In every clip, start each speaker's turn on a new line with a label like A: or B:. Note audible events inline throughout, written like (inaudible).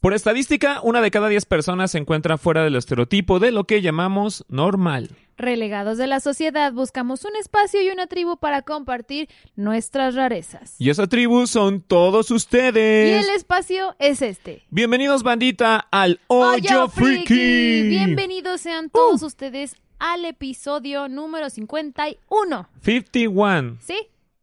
A: Por estadística, una de cada diez personas se encuentra fuera del estereotipo de lo que llamamos normal.
B: Relegados de la sociedad, buscamos un espacio y una tribu para compartir nuestras rarezas.
A: Y esa tribu son todos
B: Y
A: ustedes.
B: el espacio es este.
A: Bienvenidos, bandita, al Hoyo Freaky.
B: Bienvenidos
A: Uh.
B: sean todos ustedes al episodio número 51.
A: 51.
B: ¿Sí?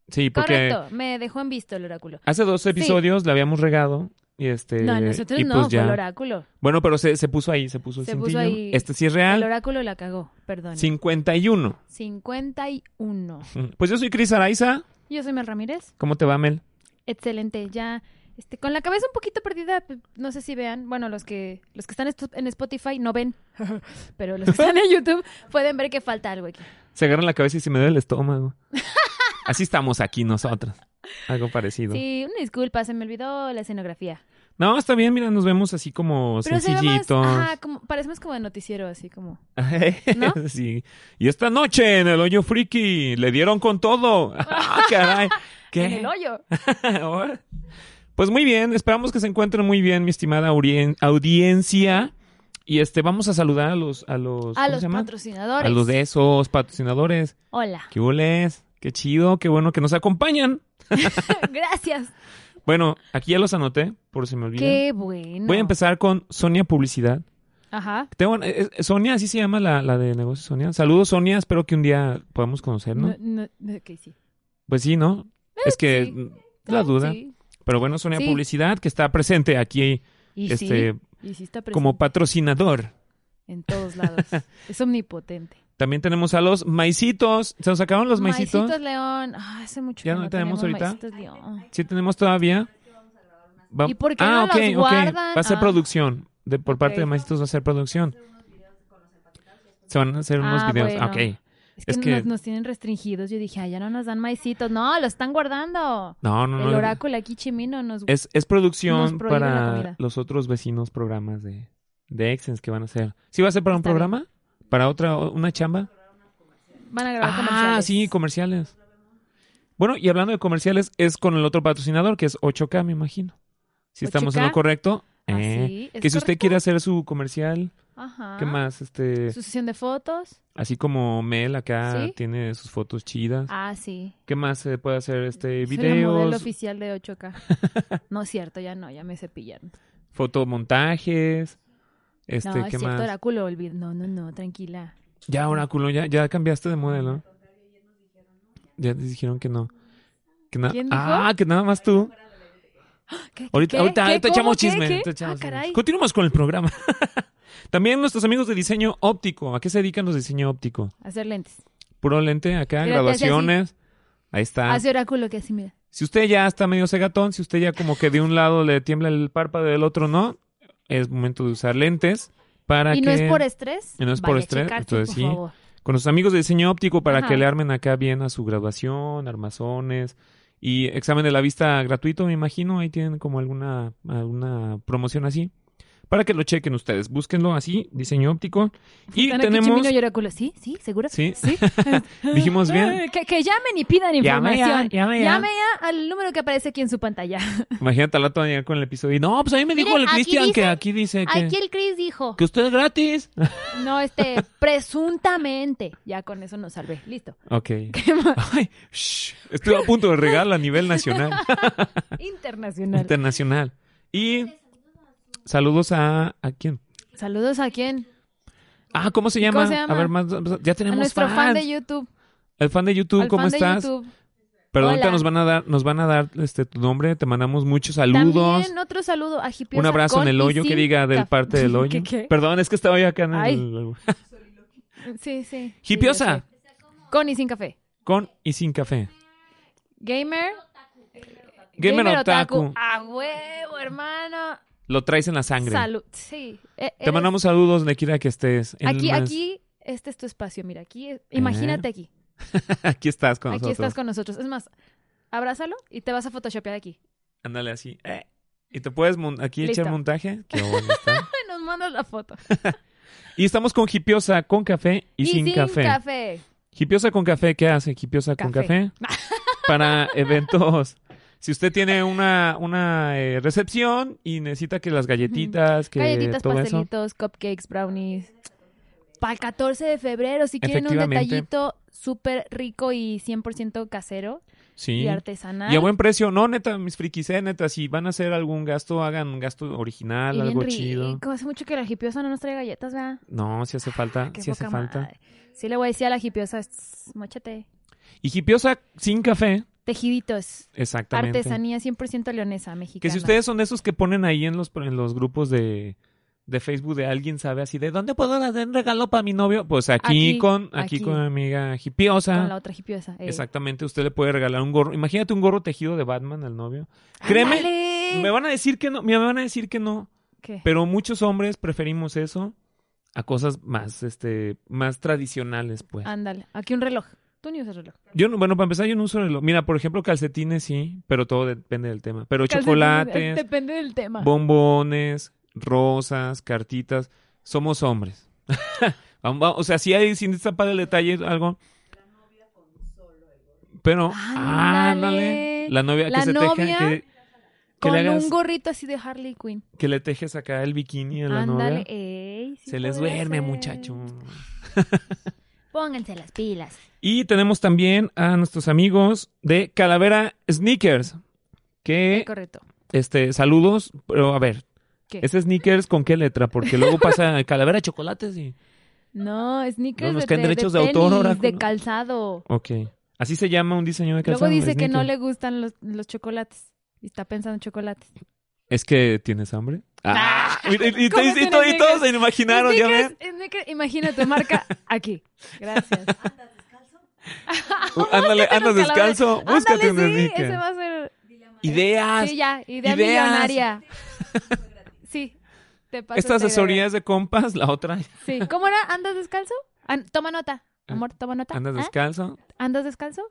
A: Sí, porque
B: Correcto. Me dejó en visto el oráculo.
A: hace dos episodios la habíamos regado. Y este,
B: no, nosotros
A: y
B: no,
A: pues
B: fue el
A: ya.
B: oráculo.
A: Bueno, pero se, se puso ahí, se puso el
B: Se puso
A: cintillo.
B: ahí.
A: Este sí es
B: El
A: real.
B: oráculo la cagó, perdón.
A: 51.
B: 51.
A: Pues yo soy Cris Araiza.
B: Yo soy Mel Ramírez.
A: ¿Cómo te va, Mel?
B: Excelente, ya este, con la cabeza un poquito perdida, p- no sé si vean, bueno, los que los que están estu- en Spotify no ven, (laughs) pero los que están en YouTube pueden ver que falta algo aquí.
A: Se agarra la cabeza y se me duele el estómago. Así estamos aquí nosotros. Algo parecido.
B: Sí, una disculpa, se me olvidó la escenografía.
A: No, está bien, mira, nos vemos así como
B: Pero se ve más,
A: sencillitos.
B: ajá, como, parecemos como de noticiero, así como. ¿No?
A: (laughs) sí. Y esta noche en el hoyo friki le dieron con todo.
B: (laughs)
A: Ah, caray.
B: En
A: ¿Qué?
B: el hoyo.
A: Ahora. (laughs) pues muy bien, esperamos que se encuentren muy bien, mi estimada aurien- audiencia. Y este, vamos a saludar a los, a los,
B: A
A: ¿cómo
B: los
A: se llama?
B: patrocinadores.
A: A los de esos patrocinadores. (laughs)
B: Hola. (laughs)
A: ¿Qué hules? Qué chido, qué bueno que nos acompañan.
B: Gracias.
A: Bueno, aquí ya los anoté, por si me olvidan.
B: Qué bueno.
A: Voy a empezar con Sonia Publicidad.
B: Ajá.
A: Tengo- eh, eh, Sonia, así se llama la, la de negocios, Sonia. Saludos, Sonia. Espero que un día podamos conocernos.
B: No, no, no, ok, sí.
A: Pues sí, ¿no? es que
B: sí. Ah,
A: mm, la duda.
B: Sí.
A: Pero bueno, Sonia
B: Sí.
A: Publicidad, que está presente aquí
B: Y
A: este,
B: sí. Y sí está
A: como
B: presente
A: patrocinador.
B: en todos
A: (laughs)
B: lados. es omnipotente.
A: También tenemos a los maicitos. ¿Se nos acabaron los maicitos?
B: León. Ah, hace mucho
A: ¿Ya
B: que
A: no
B: no
A: tenemos
B: tenemos,
A: ahorita?
B: maicitos León.
A: Sí, tenemos todavía. Va-
B: ¿Y por qué
A: ah,
B: no
A: ok,
B: los
A: ok. Va
B: guardan?
A: a ser
B: Ah.
A: producción. De, por parte
B: Ok.
A: de maicitos va a ser producción. Se van a hacer unos
B: Ah,
A: videos. Ah,
B: bueno.
A: Ok.
B: Es que,
A: Es que-
B: Nos, nos tienen restringidos. Yo dije, ah, ya no nos dan maicitos. No, lo están guardando.
A: No, no, no.
B: El oráculo aquí chimino nos...
A: Es, es producción
B: Nos prohíben la
A: para
B: comida.
A: los otros vecinos programas de, de Exens que van a hacer. ¿Sí va a ser para un
B: Está
A: programa? ¿Para otra, una chamba?
B: Van a grabar
A: Ah,
B: comerciales.
A: sí, comerciales. Bueno, y hablando de comerciales, es con el otro patrocinador que es 8K, me imagino. Si estamos en lo
B: 8K.
A: correcto.
B: Ah,
A: eh,
B: sí,
A: que
B: ¿es
A: si usted
B: correcto?
A: quiere hacer su comercial,
B: Ajá.
A: ¿qué más? Este,
B: Su sesión de fotos.
A: así como Mel acá
B: ¿Sí?
A: tiene sus fotos chidas.
B: Ah, sí.
A: ¿Qué más se puede hacer? Este,
B: Soy la modelo
A: videos,
B: oficial de
A: (laughs)
B: 8K. no es cierto, ya no, ya me cepillaron.
A: fotomontajes. Este,
B: no, es
A: ¿qué
B: cierto,
A: más?
B: oráculo, olvid- No, no, no, tranquila.
A: Ya, Oráculo, ya, ya cambiaste de modelo. Ya te dijeron que no. Que na-
B: ¿Quién dijo?
A: Ah, que nada más tú.
B: ¿Qué,
A: Ahorita,
B: qué,
A: ahorita,
B: qué,
A: ahorita
B: cómo,
A: echamos
B: qué,
A: chisme.
B: qué?
A: ahorita echamos
B: Ah,
A: chisme.
B: caray.
A: Continuamos con el programa. (laughs) También nuestros amigos de diseño óptico. ¿A qué se dedican los de diseño óptico?
B: Hacer lentes.
A: Puro lente acá,
B: Mira, te hace así.
A: graduaciones. Ahí está.
B: Hace oráculo que así, mira.
A: Si usted ya está medio cegatón, si usted ya como que de un lado le tiembla el párpado y del otro no, es momento de usar lentes para
B: Y
A: que
B: no es por estrés.
A: Y no es por
B: vaya a
A: estrés,
B: checarse,
A: entonces
B: por
A: sí.
B: favor.
A: con los amigos de diseño óptico para
B: Ajá.
A: que le armen acá bien a su graduación, armazones y examen de la vista gratuito, me imagino. Ahí tienen como alguna, alguna promoción así. Para que lo chequen ustedes. Búsquenlo así, diseño óptico. Y
B: (laughs) Están aquí
A: tenemos.
B: Chimino y Oráculo. Sí, sí, seguro.
A: Sí. (laughs)
B: (laughs) sí.
A: Dijimos
B: (laughs)
A: bien.
B: Que, que llamen y pidan
A: Llame ya,
B: información.
A: llame ya.
B: Llame ya al número que aparece aquí en
A: (laughs)
B: su pantalla.
A: Imagínate al rato van a llegar con el episodio. y, No, pues a mí me dijo
B: Miren,
A: el
B: aquí
A: Cristian que
B: dice-
A: aquí dice que,
B: Aquí el Chris dijo.
A: que usted es gratis.
B: No, este, presuntamente. Ya con eso nos salvé. Listo. (laughs)
A: ok. Ay, shh, estoy a punto de regalo a nivel nacional.
B: Internacional.
A: internacional. Y saludos a. ¿A quién?
B: Saludos a quién?
A: Ah, ¿cómo se llama?
B: se llama?
A: A ver, más, ya
B: A
A: tenemos
B: nuestro fan
A: fans.
B: de YouTube.
A: El fan de YouTube,
B: al
A: ¿cómo
B: fan de
A: estás?
B: YouTube.
A: Pero ahorita
B: Hola.
A: nos van a dar, nos van a dar este tu nombre, te mandamos muchos saludos.
B: También otro saludo a Hipiosa
A: Un abrazo en
B: con
A: el
B: y
A: hoyo que
B: sin
A: diga del
B: caf-
A: parte del
B: (laughs) ¿Qué,
A: hoyo.
B: qué?
A: Perdón, es que estaba yo acá en el.
B: Ay. Sí, sí.
A: Hipiosa,
B: Sí, yo sé. Con y sin café.
A: con y sin café.
B: Gamer.
A: Gamer otaku.
B: A huevo, hermano.
A: Lo traes en la sangre.
B: Salud. Sí. E-
A: Te
B: eres-
A: mandamos saludos, donde quiera que estés. En
B: Aquí,
A: más- Eh,
B: aquí, este es tu espacio. Mira, aquí, es- imagínate aquí.
A: aquí estás con
B: Aquí
A: nosotros.
B: estás con nosotros. Es más, abrázalo y te vas a photoshopear aquí. (laughs)
A: Ándale así. eh. Y te puedes mon- aquí echar
B: Listo.
A: montaje. Qué bueno está.
B: Ay, Nos mandas la foto.
A: y estamos con Hipiosa con café y, sin, café. Hipiosa con café, ¿qué hace Hipiosa con
B: Café.
A: café?
B: (laughs)
A: Para eventos. Si usted tiene una, una eh, recepción y necesita que las galletitas, que
B: Galletitas,
A: todo eso.
B: pastelitos, cupcakes, brownies. Para el 14 de febrero, si quieren un
A: Efectivamente.
B: detallito súper rico y 100% casero
A: Sí.
B: y artesanal.
A: Y a buen precio, no, neta, mis frikis, eh, neta, si van a hacer algún gasto, hagan un gasto
B: y
A: original,
B: bien
A: algo
B: rico.
A: chido.
B: Hace mucho que la hipiosa no nos trae galletas, ¿verdad?
A: No, si hace falta,
B: Qué
A: si hace
B: poca
A: falta.
B: madre. Sí le voy a decir a la hipiosa, "Tss, mochate.
A: Y Hipiosa sin café,
B: Tejiditos.
A: exactamente.
B: Artesanía 100% leonesa, mexicana.
A: Que si ustedes son de esos que ponen ahí en los, en los grupos de, de Facebook de alguien sabe así de dónde puedo hacer un regalo para mi novio, pues aquí,
B: Aquí,
A: con aquí,
B: aquí.
A: con mi amiga
B: Con la
A: hipiosa.
B: otra hipiosa. eh.
A: Exactamente, usted le puede regalar un gorro. Imagínate un gorro tejido de Batman al novio. Créeme,
B: ¡Ándale!
A: me van a decir que no, me van a decir que no,
B: ¿Qué?
A: pero muchos hombres preferimos eso a cosas más este más tradicionales, pues.
B: Ándale, aquí un reloj. Tú ni usas reloj.
A: Yo no, bueno, para empezar yo no uso reloj. Mira, por ejemplo, calcetines sí, pero todo depende del tema. Pero
B: Calcetines,
A: chocolates,
B: (laughs) Depende del tema.
A: bombones, rosas, cartitas. Somos hombres. (laughs) Vamos, vamos, o sea, sí hay sin destapar el detalle algo. Pero, ah, ándale.
B: Ándale.
A: La novia
B: La
A: que se
B: novia
A: teje, que, que
B: Con
A: le hagas,
B: un gorrito así de Harley Quinn.
A: que le tejes acá el bikini a la
B: Ándale,
A: novia.
B: ey. sí
A: Se les
B: podría
A: duerme,
B: ser.
A: muchacho.
B: Pónganse las pilas.
A: Y tenemos también a nuestros amigos de Calavera Sneakers. Que
B: Eh, correcto.
A: Este, saludos, pero a ver.
B: ¿Qué?
A: ¿Ese sneakers con qué letra? Porque luego
B: (laughs)
A: pasa calavera de chocolates y.
B: No, sneakers
A: No, nos
B: de,
A: caen
B: de-
A: derechos
B: de
A: de autor,
B: tenis,
A: oráculo.
B: de calzado.
A: Ok. Así se llama un diseño de calzado.
B: Luego dice que no
A: sneaker.
B: le gustan los, los chocolates. Y está pensando en chocolates.
A: Es que tienes hambre. Ah, (laughs) y, y- y-
B: ¿Cómo
A: y- y-
B: tienes
A: todos- y todos
B: sneakers?
A: se imaginaron, ya
B: Sneakers,
A: ven.
B: sneakers, imagina tu este marca aquí.
A: (laughs)
B: Gracias. "Ah,
A: Uh, Ándale,
B: Búscate
A: andas
B: los calabres.
A: descalzo. Búscate un
B: Ándale, sí,
A: sneaker.
B: ese va a ser.
A: Ideas.
B: Sí, ya, idea
A: ideas.
B: millonaria. Sí, te paso
A: Estas
B: esta idea.
A: asesorías de compas, la otra.
B: Sí, ¿cómo era? ¿Andas descalzo? An- toma nota. Amor, toma nota.
A: Eh, Andas
B: ¿Ah?
A: descalzo.
B: ¿Andas descalzo?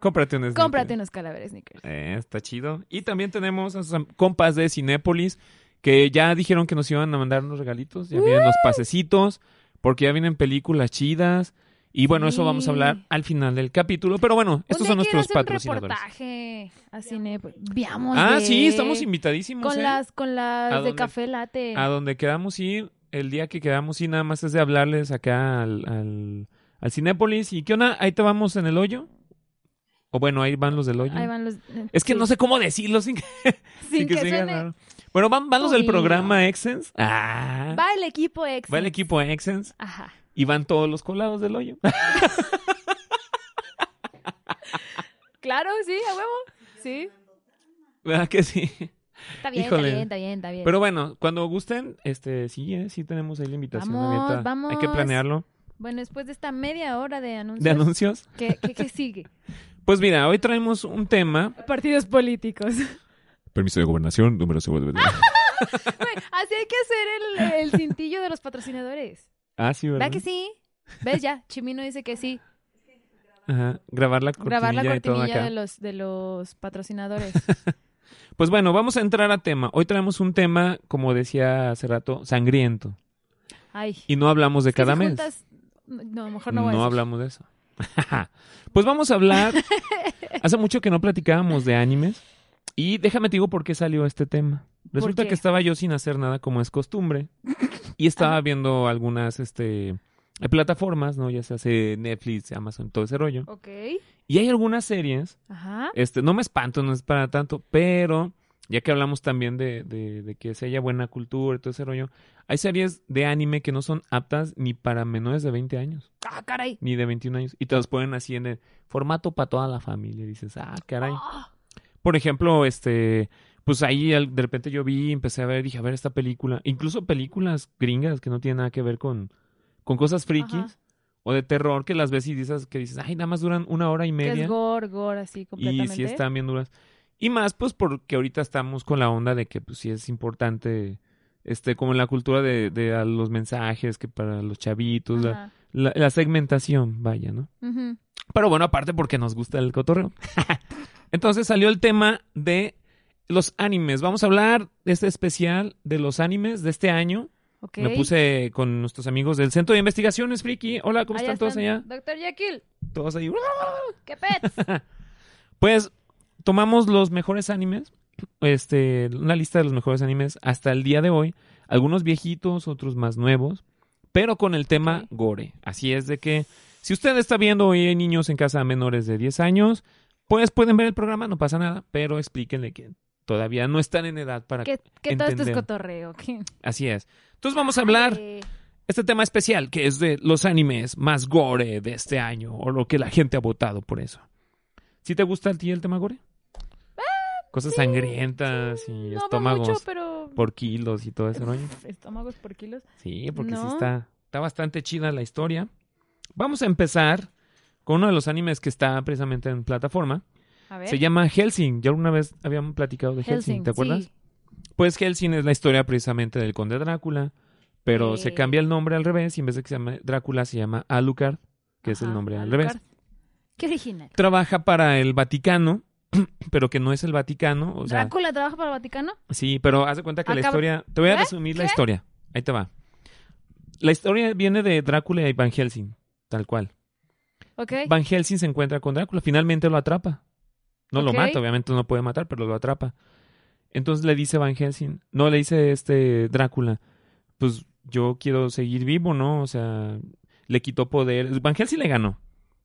A: Cómprate un sneaker.
B: Cómprate unos calaveras sneakers.
A: Eh, está chido. Y también tenemos a sus am- compas de Cinépolis que ya dijeron que nos iban a mandar unos regalitos. Ya vienen los pasecitos, porque ya vienen películas chidas. Y bueno, eso vamos a hablar
B: Sí.
A: al final del capítulo. Pero bueno, estos son
B: Un día quiero
A: nuestros
B: hacer Un
A: patrocinadores.
B: reportaje a cine. pues, Veamos.
A: Ah,
B: de-
A: sí, estamos invitadísimos.
B: Con
A: ¿eh?
B: las, con
A: ¿A
B: las de
A: dónde?
B: café late.
A: A donde quedamos ir, el día que quedamos ir, nada más es de hablarles acá al, al, al Cinépolis. ¿Y qué onda? Ahí te vamos en el hoyo. O bueno, ahí van los del hoyo.
B: Ahí van los.
A: Es que
B: sí,
A: no sé cómo decirlo sin que
B: sin
A: Sin que
B: que
A: se diga
B: suene-
A: raro. Bueno, van, van los del
B: Tuyo.
A: programa Exens. Ah.
B: Va el equipo ex.
A: Va el equipo Exens
B: Ajá.
A: y van todos los colados del
B: (laughs)
A: hoyo.
B: Claro, sí, a huevo. Sí.
A: ¿Verdad que sí?
B: Está bien,
A: Híjole.
B: está bien, está bien, está bien.
A: Pero bueno, cuando gusten, este, sí, eh, sí tenemos ahí la invitación
B: Vamos,
A: abierta. Hay que
B: vamos.
A: planearlo.
B: Bueno, después de esta media hora de anuncios,
A: ¿De anuncios?
B: ¿qué, qué, qué sigue?
A: Pues mira, hoy traemos un tema.
B: (laughs) Partidos políticos.
A: Permiso de gobernación, número Ah,
B: Güey, (laughs) Así hay que hacer el, el cintillo de los patrocinadores.
A: Ah, sí, ¿verdad?
B: ¿Verdad que sí? ¿Ves ya? Chimino dice que sí.
A: Ajá. Grabar la cortinilla,
B: Grabar la
A: y todo acá.
B: cortinilla de los, de
A: (laughs)
B: los patrocinadores.
A: Pues bueno, vamos a entrar a tema. Hoy traemos un tema, como decía hace rato, sangriento.
B: Ay.
A: Y no hablamos de
B: Es que
A: cada
B: si
A: mes.
B: juntas- No, mejor no voy a decir.
A: hablamos de eso. (laughs) pues vamos a hablar. Hace mucho que no platicábamos de animes. Y déjame te digo por qué salió este tema. Resulta
B: qué?
A: que estaba yo sin hacer nada, como es costumbre. Y estaba viendo algunas este, eh, plataformas, ¿no? Ya se hace Netflix, Amazon, todo ese rollo.
B: Ok.
A: Y hay algunas series.
B: Ajá.
A: Este, no me espanto, no es para tanto, pero ya que hablamos también de, de, de que se haya buena cultura y todo ese rollo, hay series de anime que no son aptas ni para menores de 20 años,
B: ¡Ah, caray!
A: ni de 21 años, y te los ponen así en el formato para toda la familia. Y dices, ah, caray.
B: Ah,
A: Por ejemplo, este, pues ahí al- de repente yo vi, empecé a ver, dije, a ver esta película, incluso películas gringas que no tienen nada que ver con, con cosas frikis
B: Ajá.
A: o de terror que las ves y dices, que dices, ay, nada más duran una hora y
B: que
A: media.
B: es gore, gore, así
A: Y
B: completamente.
A: sí están bien duras. Y más, pues, porque ahorita estamos con la onda de que, pues, sí es importante, este, como en la cultura de, de a los mensajes, que para los chavitos, la,
B: Ajá.
A: la- la segmentación, vaya, ¿no?
B: Ujú.
A: Pero bueno, aparte porque nos gusta el cotorreo. Entonces salió el tema de los animes. Vamos a hablar de este especial de los animes de este año.
B: Ok.
A: Me puse con nuestros amigos del Centro de Investigaciones Friki. Hola, ¿cómo
B: Allá
A: están todos allá?
B: Doctor Jekyll,
A: Todos ahí.
B: ¿qué pets?
A: Pues tomamos los mejores animes, este, una lista de los mejores animes hasta el día de hoy, algunos viejitos, otros más nuevos, pero con el tema
B: Ok.
A: gore. Así es de que si usted está viendo hoy hay niños en casa menores de 10 años, pues pueden ver el programa, no pasa nada, pero explíquenle que todavía no están en edad para
B: que que todo esto es
A: Entender.
B: cotorreo. que-
A: Así es. Entonces vamos a hablar
B: Eh,
A: este tema especial que es de los animes más gore de este año o lo que la gente ha votado por eso. ¿Sí te gusta a ti el tema gore? Cosas sangrientas y
B: Ah, no no
A: estómagos
B: mucho, pero
A: por kilos y todo ese rollo.
B: estómagos por kilos.
A: Sí, porque sí
B: No.
A: está, está bastante chida la historia. Vamos a empezar con uno de los animes que está precisamente en plataforma.
B: A ver.
A: Se llama Helsing. Ya alguna vez habíamos platicado de Helsing, ¿te acuerdas?
B: sí.
A: Pues Helsing es la historia precisamente del conde Drácula, pero se
B: Eh.
A: cambia el nombre al revés y en vez de que se llame Drácula se llama Alucard, que es el
B: Ajá,
A: nombre al
B: Alucard.
A: revés.
B: Qué original.
A: Trabaja para el Vaticano, (clears throat) pero que no es el Vaticano, o sea,
B: ¿Drácula trabaja para el Vaticano?
A: sí, pero haz de cuenta que la
B: Acaba-
A: historia, te voy a
B: ¿Qué?
A: resumir la
B: ¿Qué?
A: historia, ahí te va. La historia viene de Drácula y Van Helsing, tal cual.
B: Ok.
A: Van Helsing se encuentra con Drácula, finalmente lo atrapa. No
B: Ok.
A: lo mata, obviamente no lo puede matar, pero lo atrapa. Entonces le dice Van Helsing, no le dice este Drácula, pues yo quiero seguir vivo, ¿no? O sea, le quitó poder. Van Helsing le ganó.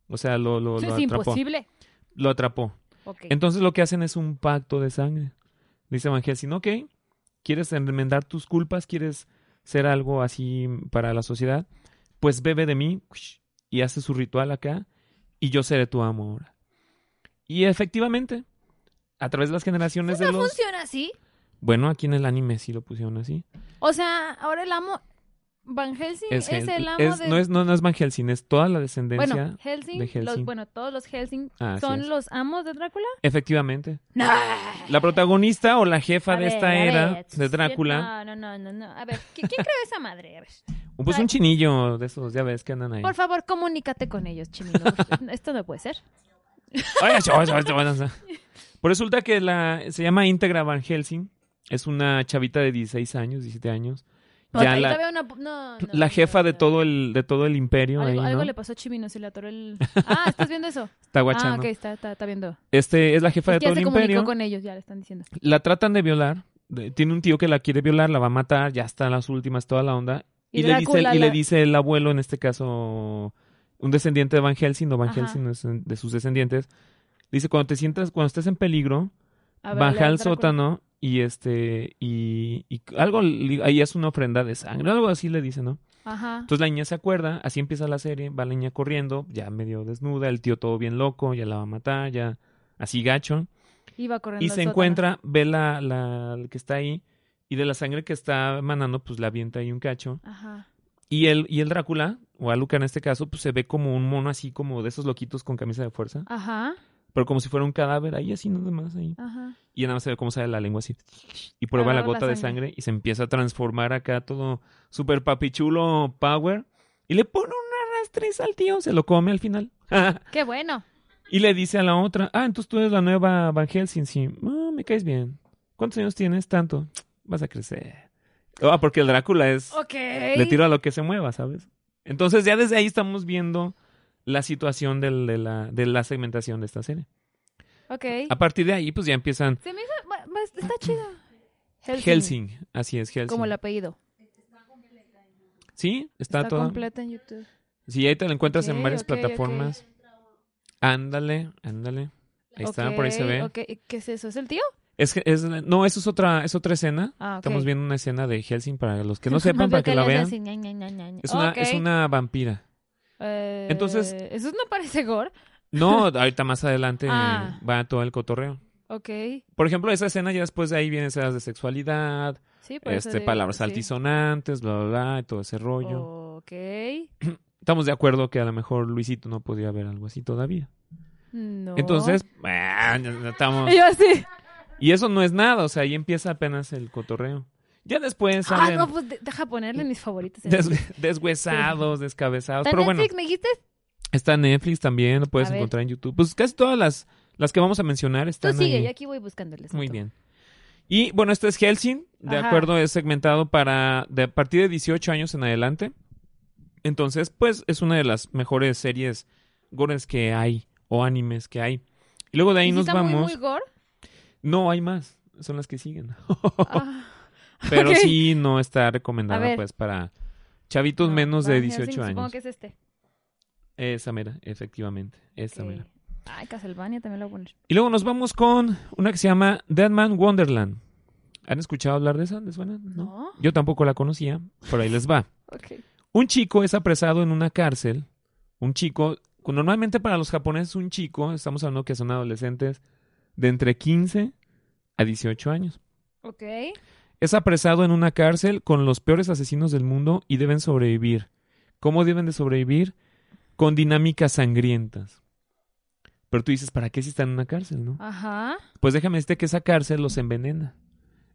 A: O sea, lo, lo,
B: Eso
A: lo
B: es
A: atrapó.
B: imposible.
A: Lo atrapó.
B: Ok.
A: Entonces lo que hacen es un pacto de sangre. Dice Van Helsing, ok, ¿quieres enmendar tus culpas? ¿Quieres ser algo así para la sociedad? Pues bebe de mí y hace su ritual acá y yo seré tu amo ahora. Y efectivamente, a través de las generaciones de
B: ¿Eso
A: los...
B: funciona así?
A: Bueno, aquí en el anime sí lo pusieron así.
B: O sea, ahora el amo... Van Helsing es,
A: Es Hel-
B: el amo
A: es-
B: de...
A: no, es, no, no es Van Helsing, es toda la descendencia.
B: bueno, Helsing,
A: de
B: los-
A: Helsing.
B: bueno, todos los Helsing
A: Ah, así
B: son
A: es.
B: los amos de Drácula.
A: Efectivamente.
B: No.
A: La protagonista o la jefa
B: A
A: de
B: ver,
A: esta
B: a
A: era
B: ver,
A: de Drácula,
B: No, no, no, no, no. A ver, ¿qui- ¿quién creó esa madre? A ver.
A: pues un chinillo de esos, ya ves que andan ahí.
B: Por favor, comunícate con
A: (laughs)
B: ellos, chimino. Esto no puede ser.
A: Ay, ay, ay, ay, ay, ay. Pues resulta que la, se llama Integra Van Helsing. Es una chavita de 16 años, 17 años.
B: Pues,
A: Ya
B: ahí
A: la,
B: todavía una pu- no, no,
A: la
B: no,
A: jefa de
B: no.
A: todo el, de todo el imperio.
B: Algo,
A: ahí,
B: algo
A: ¿no?
B: le pasó a Chimino, se le atoró
A: (laughs)
B: el... Ah, ¿estás viendo eso?
A: Está
B: ah,
A: guachando.
B: ok, está, está, está viendo.
A: Este es la jefa
B: Es
A: de
B: que ya
A: todo
B: se
A: el
B: comunicó
A: imperio.
B: con ellos, ya le están diciendo.
A: La tratan de violar. de- tiene un tío que la quiere violar, la va a matar, ya está en las últimas, toda la onda.
B: Y
A: Y, le, dice,
B: Drácula
A: y le
B: la-
A: dice el abuelo, en este caso, un descendiente de Van Helsing, o Van
B: Ajá.
A: Helsing es de sus descendientes. Dice, cuando te sientas, cuando estés en peligro,
B: A ver,
A: baja
B: Drácula.
A: al sótano y este y, y algo li- ahí es una ofrenda de sangre, algo así le dice, ¿no?
B: Ajá.
A: Entonces la niña se acuerda, así empieza la serie, va la niña corriendo, ya medio desnuda, el tío todo bien loco, ya la va a matar, ya así gacho
B: Iba corriendo
A: y
B: al
A: se
B: sótano.
A: encuentra, ve la, la la que está ahí y de la sangre que está emanando pues la avienta ahí un cacho
B: Ajá.
A: y el y el Drácula o Alucard en este caso pues se ve como un mono así como de esos loquitos con camisa de fuerza,
B: Ajá.
A: pero como si fuera un cadáver ahí así nada más ahí.
B: Ajá.
A: Y nada más se ve cómo sale la lengua así. Y prueba
B: Agarra
A: la gota
B: la
A: de
B: sangre.
A: sangre y se empieza a transformar acá todo super papichulo power. Y le pone una rastriza al tío, se lo come al final. (laughs)
B: Qué bueno.
A: y le dice a la otra, ah, entonces tú eres la nueva Van Helsing, sí. Ah, me caes bien. ¿Cuántos años tienes? Tanto. Vas a crecer. Ah, porque el Drácula es...
B: Ok.
A: Le tiro a lo que se mueva, ¿sabes? Entonces ya desde ahí estamos viendo la situación del- de, la, de la segmentación de esta serie.
B: Ok.
A: A partir de ahí, pues ya empiezan
B: Se me hizo... ma- ma- Está chido.
A: Helsing. Así es, Helsing.
B: Como el apellido.
A: Sí, está,
B: Está
A: todo.
B: completa en YouTube.
A: Sí, ahí te lo encuentras
B: Ok,
A: en varias
B: ok, ok.
A: plataformas. Ándale, ándale. Ahí está, por ahí se
B: Ok,
A: ve.
B: ok. ¿Qué es eso? ¿Es el tío?
A: Es, que- es, no, eso es otra, es otra escena.
B: Ah, ok.
A: Estamos viendo una escena de Helsing para
B: (laughs)
A: los que no sepan, para que la vean. Es una, es una vampira. Entonces-
B: eh, Eso no parece gore. (laughs)
A: No, ahorita más adelante eh,
B: Ah.
A: va todo el cotorreo.
B: Ok.
A: Por ejemplo, esa escena ya después de ahí vienen escenas de sexualidad,
B: Sí, por eso
A: este,
B: digo,
A: palabras
B: sí. Oh.
A: altisonantes, bla, bla, bla, y todo ese rollo.
B: Ok.
A: Estamos de acuerdo que a lo mejor Luisito no podía ver algo así todavía.
B: No.
A: Entonces, ah, ya- ya
B: (laughs)
A: estamos.
B: Y Yo así.
A: Y eso no es nada, o sea, ahí empieza apenas el cotorreo. Ya después
B: Ah,
A: salen
B: no, pues de- deja ponerle mis favoritos. en Netflix.
A: des- deshuesados, descabezados.
B: ¿Está en
A: Pero bueno,
B: Netflix, me dijiste?
A: está en Netflix también, lo puedes
B: A ver.
A: encontrar en YouTube. Pues casi todas las, las que vamos a mencionar
B: Tú
A: están
B: sigue,
A: ahí.
B: yo aquí voy buscándoles.
A: Muy bien. Y bueno, este es Helsing, de
B: Ajá.
A: acuerdo, es segmentado para de, a partir de 18 años en adelante. Entonces, pues es una de las mejores series gores que hay o animes que hay. Y luego de ahí
B: ¿Y si
A: nos
B: está
A: vamos.
B: Muy, muy
A: (laughs)
B: gore?
A: No, hay más, son las que siguen.
B: Ah,
A: Pero
B: ok.
A: sí no está
B: A
A: recomendada
B: ver.
A: pues para chavitos
B: no,
A: menos de
B: Van
A: 18
B: Helsing, Supongo
A: años.
B: que es este.
A: Esa mera, efectivamente, esa
B: Ok.
A: mera.
B: Ay, Castlevania también lo voy a poner.
A: Y luego nos vamos con una que se llama Deadman Wonderland. ¿Han escuchado hablar de esa? ¿Les suena? No.
B: No.
A: Yo tampoco la conocía, pero ahí les va.
B: Ok.
A: Un chico es apresado en una cárcel. Un chico, normalmente para los japoneses un chico, estamos hablando que son adolescentes de entre 15 a 18 años.
B: Ok.
A: Es apresado en una cárcel con los peores asesinos del mundo y deben sobrevivir. ¿Cómo deben de sobrevivir? Con dinámicas sangrientas. Pero tú dices, ¿para qué si están en una cárcel,
B: Ah.
A: no?
B: Ajá.
A: Pues déjame decirte que esa cárcel los envenena.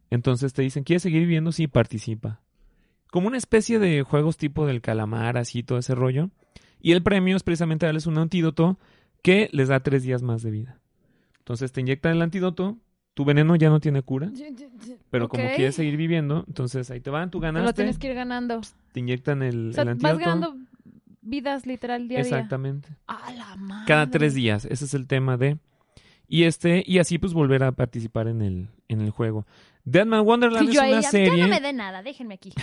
A: Entonces te dicen, ¿quieres seguir viviendo? Sí, participa. Como una especie de juegos tipo del calamar, así, todo ese rollo. Y el premio es precisamente darles un antídoto que les da tres días más de vida. Entonces te inyectan el antídoto, tu veneno ya no tiene cura, pero como
B: Ok.
A: quieres seguir viviendo, entonces ahí te van, tú
B: Te Lo
A: ganaste,
B: tienes que ir ganando.
A: te inyectan el,
B: O sea,
A: el
B: vas
A: antídoto.
B: ganando vidas literal día a día. Ah.
A: Exactamente.
B: A la madre.
A: Cada tres días, ese es el tema de... Y este, y así pues volver a participar en el, en el juego. Deadman Wonderland
B: Y
A: es
B: yo
A: una
B: ahí, ya-
A: serie
B: Ya no me dé nada,
A: (laughs)
B: déjenme aquí.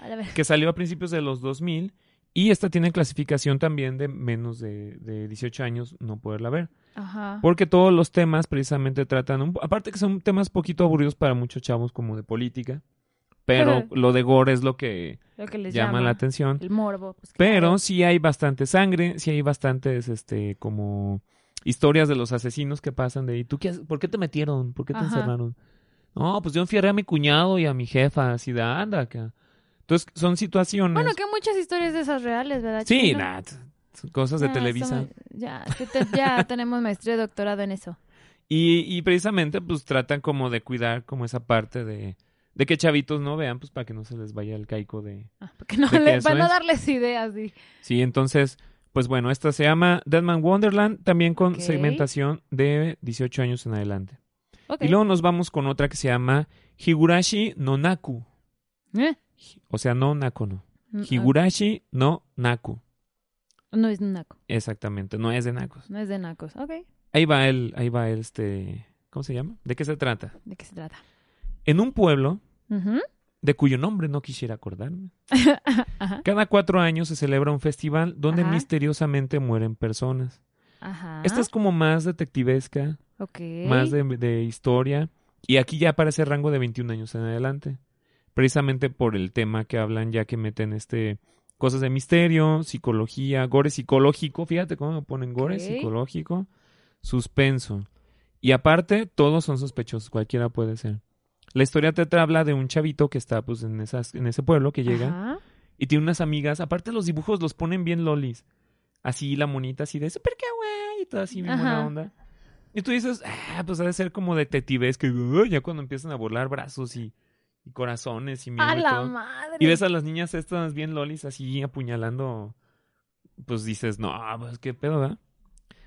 B: A la ver.
A: que salió a principios de los 2000 y esta tiene clasificación también de menos de, de 18 años no poderla ver.
B: Ajá.
A: Porque todos los temas precisamente tratan, un- aparte que son temas poquito aburridos para muchos chavos como de política, pero
B: Ajá.
A: lo de gore es lo que
B: Lo que les
A: llama la atención.
B: El morbo. pues,
A: Pero
B: claro.
A: sí hay bastante sangre, sí hay bastantes, este, como historias de los asesinos que pasan de, ¿y tú qué, has- por qué te metieron? ¿Por qué te
B: Ajá.
A: encerraron? No, pues yo enfierré a mi cuñado y a mi jefa, así de, anda acá. Entonces, son situaciones...
B: Bueno, que muchas historias de esas reales, ¿verdad?
A: sí,
B: Chino?
A: nah, t- son cosas de
B: Ya,
A: Televisa.
B: somos- Ya, sí te-
A: (laughs)
B: ya tenemos maestría y doctorado en eso.
A: Y, y precisamente, pues, tratan como de cuidar como esa parte de, de que chavitos no vean, pues, para que no se les vaya el caico de,
B: Ah, porque no
A: ¿De qué
B: le,
A: eso
B: para no
A: es?
B: darles ideas. di.
A: Sí, entonces, pues bueno, esta se llama Deadman Wonderland, también con
B: Ok.
A: segmentación de 18 años en adelante.
B: Ok.
A: Y luego nos vamos con otra que se llama Higurashi no Naku.
B: ¿Eh?
A: O sea, no Naku no.
B: Mm,
A: Higurashi no Naku.
B: ah, No es de naco.
A: Exactamente, no es de Nacos.
B: No es de nacos. Ok.
A: Ahí va el, ahí va el, este, ¿cómo se llama? ¿De qué se trata?
B: ¿De qué se trata?
A: En un pueblo
B: Ujú.
A: de cuyo nombre no quisiera acordarme.
B: Ajá.
A: Cada cuatro años se celebra un festival donde
B: Ajá. Ah.
A: misteriosamente mueren personas.
B: Ajá.
A: Esta es como más detectivesca.
B: Ok.
A: más de, de historia. Y aquí ya aparece rango de 21 años en adelante. Precisamente por el tema que hablan, ya que meten este cosas de misterio, psicología, gore psicológico. Fíjate cómo me ponen gore
B: Ok.
A: psicológico, suspenso. Y aparte, todos son sospechosos, cualquiera puede ser. La historia te habla de un chavito que está pues en esas en ese pueblo que llega
B: Ajá.
A: y tiene unas amigas, aparte los dibujos los ponen bien lolis. Así la monita así de super kawaii y todo así bien buena
B: Ajá.
A: onda. Y tú dices, ah, pues ha de ser como detectives que "Uy", ya cuando empiezan a volar brazos y, y corazones y miembros
B: A
A: y
B: la
A: todo.
B: madre.
A: Y ves a las niñas estas bien lolis así apuñalando. Pues dices, no, pues qué pedo, ¿verdad?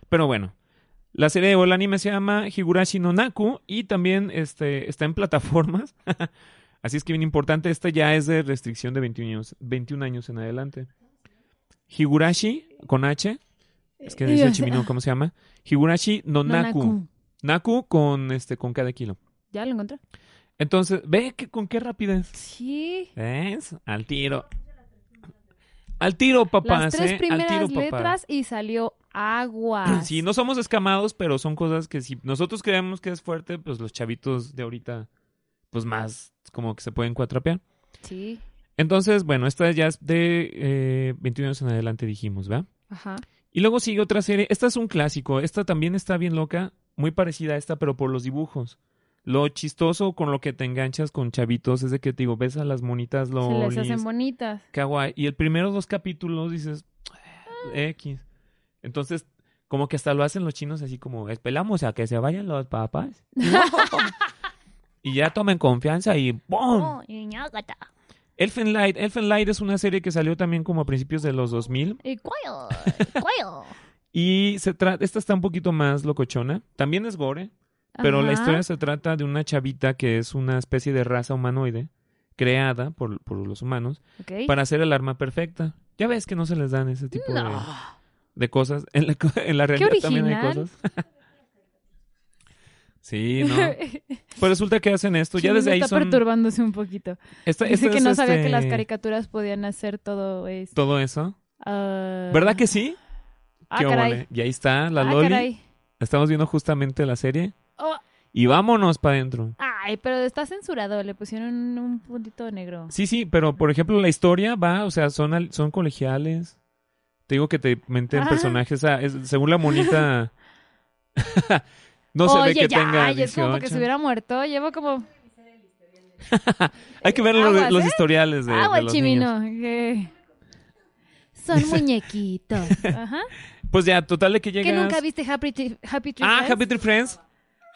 A: Pero bueno. La serie o el anime se llama Higurashi no Naku y también este, está en plataformas. (laughs) así es que bien importante, esta ya es de restricción de 21 años, 21 años en adelante. Higurashi con H, es que
B: Y
A: dice
B: yo
A: el
B: así,
A: chimino,
B: ah,
A: ¿cómo se llama? Higurashi no,
B: no,
A: Naku. Naku.
B: naco.
A: con, este, con cada kilo.
B: ¿Ya lo encontré?
A: Entonces, ve que, con qué rapidez.
B: Sí.
A: ¿Ves? Al tiro. Al tiro, papás.
B: las tres
A: ¿eh? Al
B: primeras
A: tiro, papá.
B: letras y salió
A: (clears throat)
B: Aguas.
A: Sí, no somos escamados, pero son cosas que si nosotros creemos que es fuerte, pues los chavitos de ahorita, pues más como que se pueden cuatrapear.
B: Sí.
A: Entonces, bueno, esta ya es de eh, 21 años en adelante, dijimos, ¿verdad?
B: Ajá.
A: Y luego sigue otra serie. Esta es un clásico. Esta también está bien loca, muy parecida a esta, pero por los dibujos. Lo chistoso con lo que te enganchas con chavitos es de que te digo, ves a las monitas, lo
B: Se les hacen bonitas.
A: kawaii. Y el primero dos capítulos dices, "Eh, X. Entonces, como que hasta lo hacen los chinos así como, esperamos a que se vayan los
B: (laughs)
A: papás. y ya tomen confianza y ¡pum!
B: Oh, ñágata.
A: Elfen Light. Elfen Light es una serie que salió también como a principios de los 2000. (laughs)
B: Y cuello, cuello.
A: Y se trata, esta está un poquito más locochona. También es gore, pero la
B: Ajá.
A: historia se trata de una chavita que es una especie de raza humanoide creada por, por los humanos
B: Ok.
A: para hacer el arma perfecta. Ya ves que no se les dan ese tipo de,
B: No.
A: de cosas. En la, (laughs) co- en la realidad también hay
B: original.
A: cosas. (laughs) sí, no.
B: (laughs)
A: Pues resulta que hacen esto. Ya
B: Chino
A: desde ahí
B: está
A: son...
B: perturbándose un poquito.
A: Esta,
B: Dice
A: esta
B: que
A: es,
B: no sabía
A: este,
B: que las caricaturas podían hacer todo eso.
A: Todo eso.
B: Ah.
A: ¿Verdad que sí?
B: Ah,
A: Qué
B: caray.
A: óvole. Y ahí está la
B: Ah,
A: Loli.
B: caray.
A: Estamos viendo justamente la serie.
B: Oh,
A: Y vámonos para adentro.
B: ay, pero está censurado. Le pusieron un puntito negro.
A: Sí, sí, pero por ejemplo la historia va, o sea, son, al- son colegiales. Te digo que te meten
B: Ah.
A: personajes, ah, es- según la monita... (laughs) no se
B: Oye,
A: ve que
B: ya,
A: tenga
B: ay, es como que
A: 18.
B: se hubiera muerto. Llevo como...
A: Hay que ver los-
B: Aguas,
A: los
B: ¿eh?
A: historiales de,
B: agua
A: de los niños.
B: chimino. que-
A: (laughs)
B: Son muñequitos. Ajá.
A: Pues ya, total de que
B: Que
A: llegas...
B: nunca viste Happy Tree, Happy Tree
A: ah,
B: Friends?
A: Happy Tree Friends.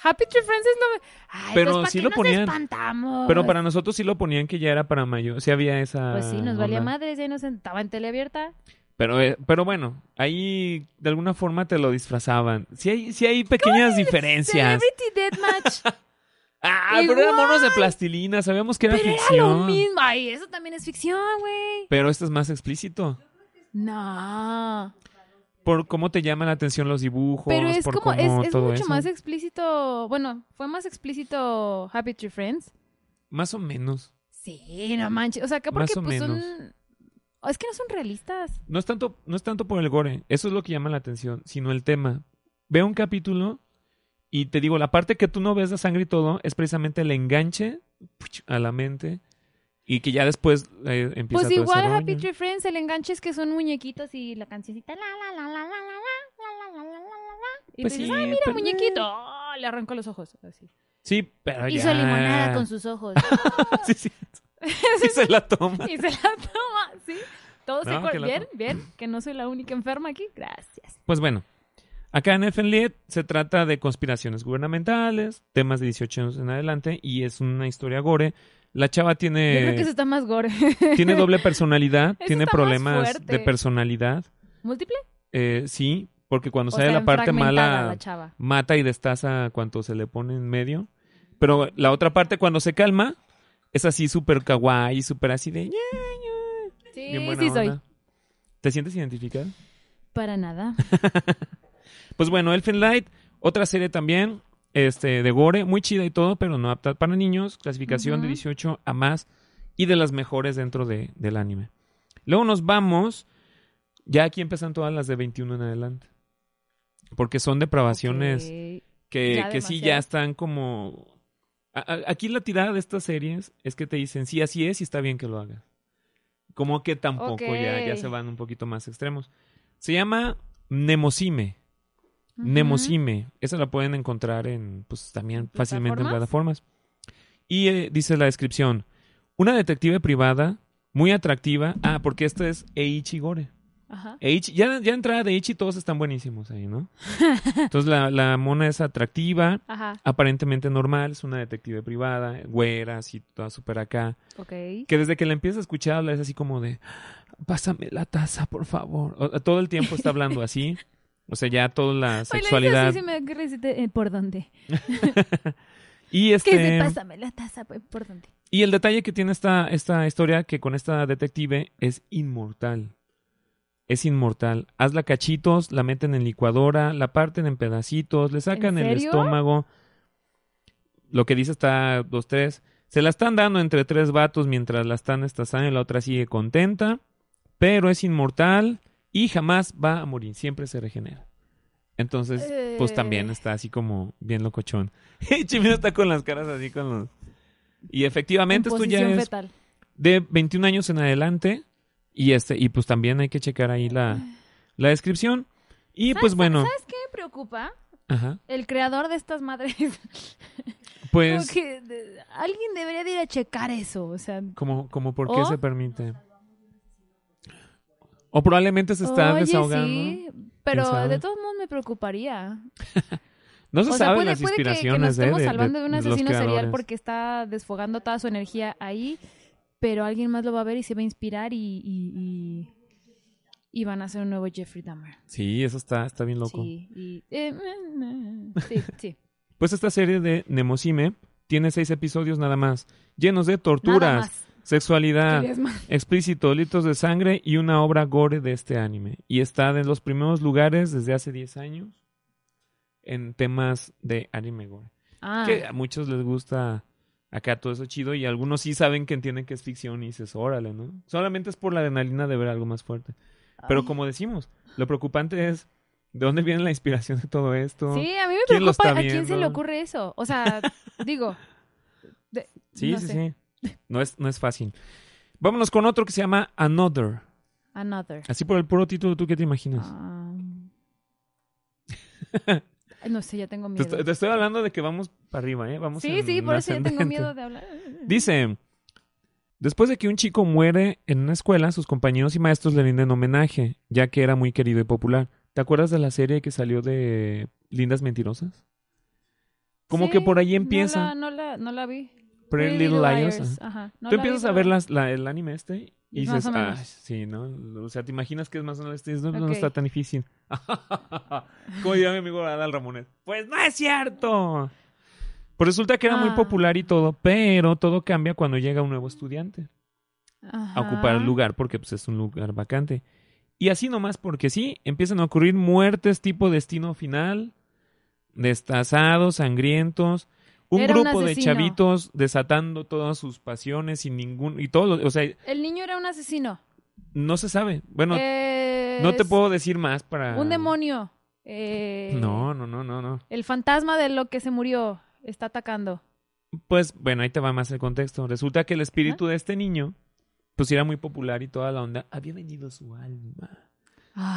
B: Happy Tree Friends es no... Ay,
A: Pero
B: entonces, ¿pa'
A: sí
B: qué
A: lo
B: nos
A: ponían.
B: espantamos?
A: Pero para nosotros sí lo ponían que ya era para mayor. Sí había esa...
B: Pues sí, nos valía
A: onda.
B: madres. Ya nos sentaba en teleabierta.
A: Pero, eh, pero bueno, ahí de alguna forma te lo disfrazaban. Sí hay, sí hay pequeñas diferencias.
B: Celebrity Deathmatch.
A: (laughs) Ah, pero eran
B: Igual.
A: monos de plastilina, sabíamos que era
B: Pero era
A: ficción.
B: lo mismo. Ay, eso también es ficción, güey.
A: Pero esto es más explícito.
B: No.
A: Por cómo te llaman la atención los dibujos,
B: Pero es
A: por
B: como,
A: cómo
B: es, es
A: todo
B: mucho
A: eso.
B: más explícito. Bueno, fue más explícito Happy Tree Friends.
A: Más o menos.
B: Sí, no manches. O sea, que porque
A: Mm. Más o
B: pues
A: menos.
B: son. oh, Es que no son realistas.
A: No es, tanto, no es tanto por el gore, eso es lo que llama la atención, sino el tema. Veo un capítulo y te digo, la parte que tú no ves de sangre y todo es precisamente el enganche puch, a la mente y que ya después eh, empieza
B: Pues
A: todo
B: igual
A: ese rollo.
B: Happy Tree Friends, el enganche es que son muñequitos y la cancioncita la la la la la la la la la la la la la la. Y
A: Pues
B: tú dices,
A: sí,
B: "Ay, mira,
A: pero-
B: muñequito. Oh, le arrancó los ojos. Así.
A: Sí, pero
B: Hizo
A: Ah, ya.
B: limonada con sus ojos.
A: (laughs) sí, sí. Y se la toma.
B: (laughs) y se la toma, ¿sí? Todo se
A: No,
B: acuer-
A: que la
B: Bien, bien, que no soy la única enferma aquí. Gracias.
A: Pues bueno, acá en FNLIED E se trata de conspiraciones gubernamentales, temas de 18 años en adelante, y es una historia gore. La chava
B: Yo creo que
A: tiene,
B: eso está más gore. (laughs)
A: tiene doble personalidad,
B: Eso
A: tiene
B: está más
A: problemas de
B: fuerte.
A: personalidad.
B: ¿Múltiple?
A: Eh, sí, porque cuando
B: O
A: sale
B: sea,
A: la parte
B: fragmentada
A: mala,
B: la chava.
A: mata y destaza a cuanto se le pone en medio. Pero la otra parte, cuando se calma, es así súper kawaii, súper así de... "Ya, ya",
B: Sí,
A: bien buena
B: sí soy.
A: onda. ¿Te sientes identificada?
B: Para nada.
A: Pues bueno, Elfen Light, otra serie también, este, de gore, muy chida y todo, pero no apta para niños, clasificación de
B: Ujú.
A: 18 a más y de las mejores dentro de, del anime. Luego nos vamos, ya aquí empiezan todas las de 21 en adelante, porque son depravaciones
B: Ok.
A: que,
B: Ya
A: que sí ya
B: demasiado.
A: están como... a- a- aquí la tirada de estas series es que te dicen, sí, así es y está bien que lo hagas. Como que tampoco, ya, ya
B: Ok.
A: se van un poquito más extremos. Se llama Nemosime.
B: Ujú.
A: Nemosime. Esa la pueden encontrar en, pues también fácilmente en
B: ¿Plataformas?
A: plataformas. Y eh, dice la descripción: Una detective privada, muy atractiva. Ah, porque este es Eiichi Gore.
B: Ajá.
A: Eiichi- ya, ya entrada de Eiichi, todos están buenísimos ahí, (laughs) ¿no? Entonces la, la mona es atractiva,
B: Ajá.
A: aparentemente normal, es una detective privada, güera, así, toda súper acá.
B: Ok.
A: Que desde que la empieza a escuchar habla es así como de, pásame la taza, por favor. O- todo el tiempo está hablando así. O sea, ya toda la sexualidad.
B: Sí, me recite- eh, ¿Por dónde?
A: Y
B: ¿Qué se
A: este
B: pásame la taza? pues, ¿Por dónde?
A: y el detalle que tiene esta, esta historia que con esta detective es inmortal. Es inmortal. Hazla cachitos, la meten en licuadora, la parten en pedacitos, le sacan el
B: serio?
A: estómago. Lo que dice está dos tres. Se la están dando entre tres vatos mientras la están estazando y la otra sigue contenta, pero es inmortal y jamás va a morir, siempre se regenera. Entonces, pues también
B: Eh.
A: está así como bien locochón. (laughs) Chimino está con las caras así con los... Y efectivamente
B: En
A: esto ya
B: posición
A: es
B: fetal.
A: de 21 años en adelante y este y pues también hay que checar ahí la, la descripción. Y
B: ¿Sabes-
A: pues bueno,
B: ¿Sabes qué me preocupa?
A: ajá,
B: El creador de estas madres. (laughs) Como
A: pues
B: que de- alguien debería de ir a checar eso. O sea,
A: como como por qué
B: O-
A: se permite. O probablemente se está
B: oye,
A: desahogando.
B: sí, pero
A: sabe?
B: de todos modos me preocuparía.
A: No se
B: o sea,
A: saben
B: puede,
A: las
B: puede que- que,
A: inspiraciones
B: nos
A: eh,
B: estemos
A: de-
B: salvando de, un
A: los
B: asesino serial
A: creadores.
B: porque está desfogando toda su energía ahí, pero alguien más lo va a ver y se va a inspirar y, y, y- y van a hacer un nuevo Jeffrey Dahmer.
A: Sí, eso está está bien loco.
B: Sí, y- eh, eh, eh, sí, sí.
A: Pues esta serie de Nemosime tiene seis episodios nada más, llenos de
B: Nada
A: torturas,
B: más.
A: sexualidad,
B: Querías más.
A: explícito, litros de sangre y una obra gore de este anime. Y está en los primeros lugares desde hace 10 años en temas de anime gore.
B: Ah,
A: Que a muchos les gusta acá todo eso chido y algunos sí saben que entienden que es ficción y dices, órale, ¿no? Solamente es por la adrenalina de ver algo más fuerte. Pero
B: ay.
A: como decimos, lo preocupante es de dónde viene la inspiración de todo esto.
B: Sí, a mí me
A: ¿Quién lo
B: preocupa a
A: está
B: quién se le
A: viendo?
B: ocurre eso.
A: (laughs)
B: O sea, digo. de-
A: Sí,
B: no
A: sí,
B: sé.
A: sí. No es, no es fácil. Vámonos con otro que se llama Another.
B: Another.
A: Así por el puro título, ¿tú qué te imaginas?
B: Ah. no sé, ya tengo
A: Te,
B: miedo.
A: est- te estoy hablando de que vamos para arriba, ¿eh? Vamos
B: Sí,
A: en
B: sí, por eso ya tengo
A: ascendente.
B: miedo de hablar.
A: Dice, después de que un chico muere en una escuela, sus compañeros y maestros le rinden homenaje, ya que era muy querido y popular. ¿Te acuerdas de la serie que salió de Lindas Mentirosas? Como
B: Sí,
A: que por ahí
B: no
A: empieza
B: la- No la, no la, vi.
A: Pretty Little Liars. ajá.
B: Ajá. no
A: Tú
B: la vi,
A: empiezas a
B: pero-
A: ver las- la- el anime este y
B: Más
A: dices,
B: o
A: ah,
B: menos".
A: sí, ¿no? O sea, te imaginas que es más o menos, no, no
B: Ok.
A: está tan difícil. (laughs) Como diría mi amigo Adal Ramonet, pues no es cierto. Pues resulta que era muy
B: Ah.
A: popular y todo, pero todo cambia cuando llega un nuevo estudiante
B: Ajá.
A: a ocupar el lugar, porque pues, es un lugar vacante. Y así nomás, porque sí, empiezan a ocurrir muertes tipo destino final, destazados, sangrientos, un
B: Era un
A: grupo de
B: asesino.
A: chavitos desatando todas sus pasiones sin ningún... Y todo, lo- o sea,
B: El niño era un asesino.
A: no se sabe. Bueno,
B: Eh,
A: no te
B: es
A: puedo decir más para...
B: Un demonio. Eh,
A: No, no, no, no, no.
B: El fantasma de lo que se murió está atacando.
A: Pues bueno, ahí te va más el contexto. Resulta que el espíritu de este niño, pues era muy popular y toda la onda, había vendido su alma.